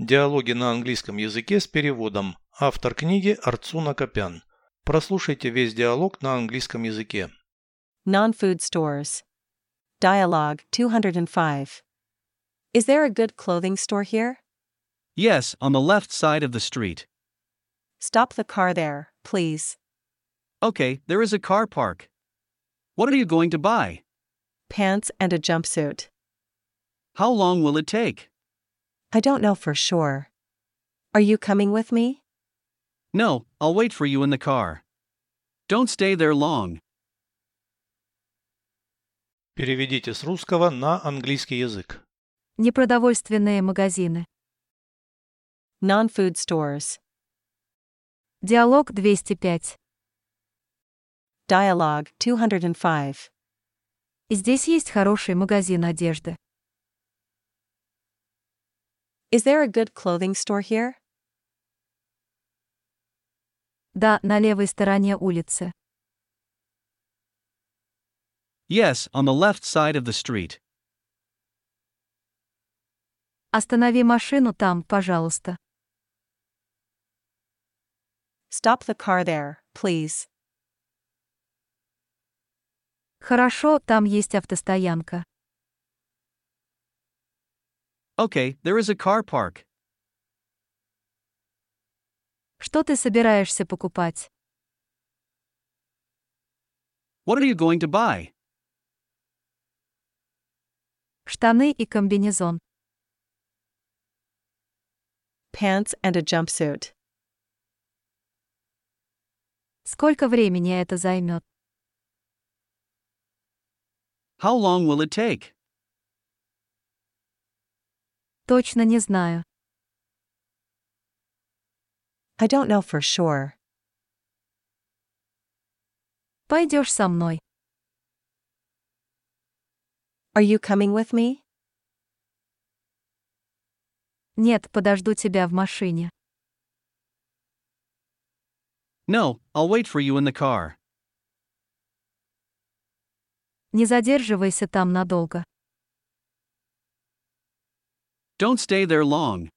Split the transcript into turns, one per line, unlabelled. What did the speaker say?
Диалоги на английском языке с переводом. Автор книги Арцуна Копян. Прослушайте весь диалог на английском языке.
Non food stores. Dialogue 205. Is there a good clothing store here?
Yes, on the left side of the street.
Stop the car there, please.
Okay, there is a car park. What are you going to buy?
Pants and a jumpsuit.
How long will it take?
I don't know for sure. Are you coming with me?
No, I'll wait for you in the car. Don't stay there long.
Переведите с русского на английский язык.
Непродовольственные магазины.
Non food stores.
Диалог 205.
Dialogue 205.
Здесь есть хороший магазин одежды.
Is there a good clothing store here?
Да, на левой стороне улицы.
Yes, on the left side of the street.
Останови машину там, пожалуйста.
Stop the car there, please.
Хорошо, там есть автостоянка.
Okay, there is a car park.
Что ты собираешься покупать?
What are you going to buy?
Штаны и комбинезон.
Pants and a jumpsuit.
Сколько времени это займет?
How long will it take?
Точно не знаю.
I don't know for sure.
Пойдешь со мной.
Are you coming with me?
Нет, подожду тебя в машине.
No, I'll wait for you in the car.
Не задерживайся там надолго.
Don't stay there long.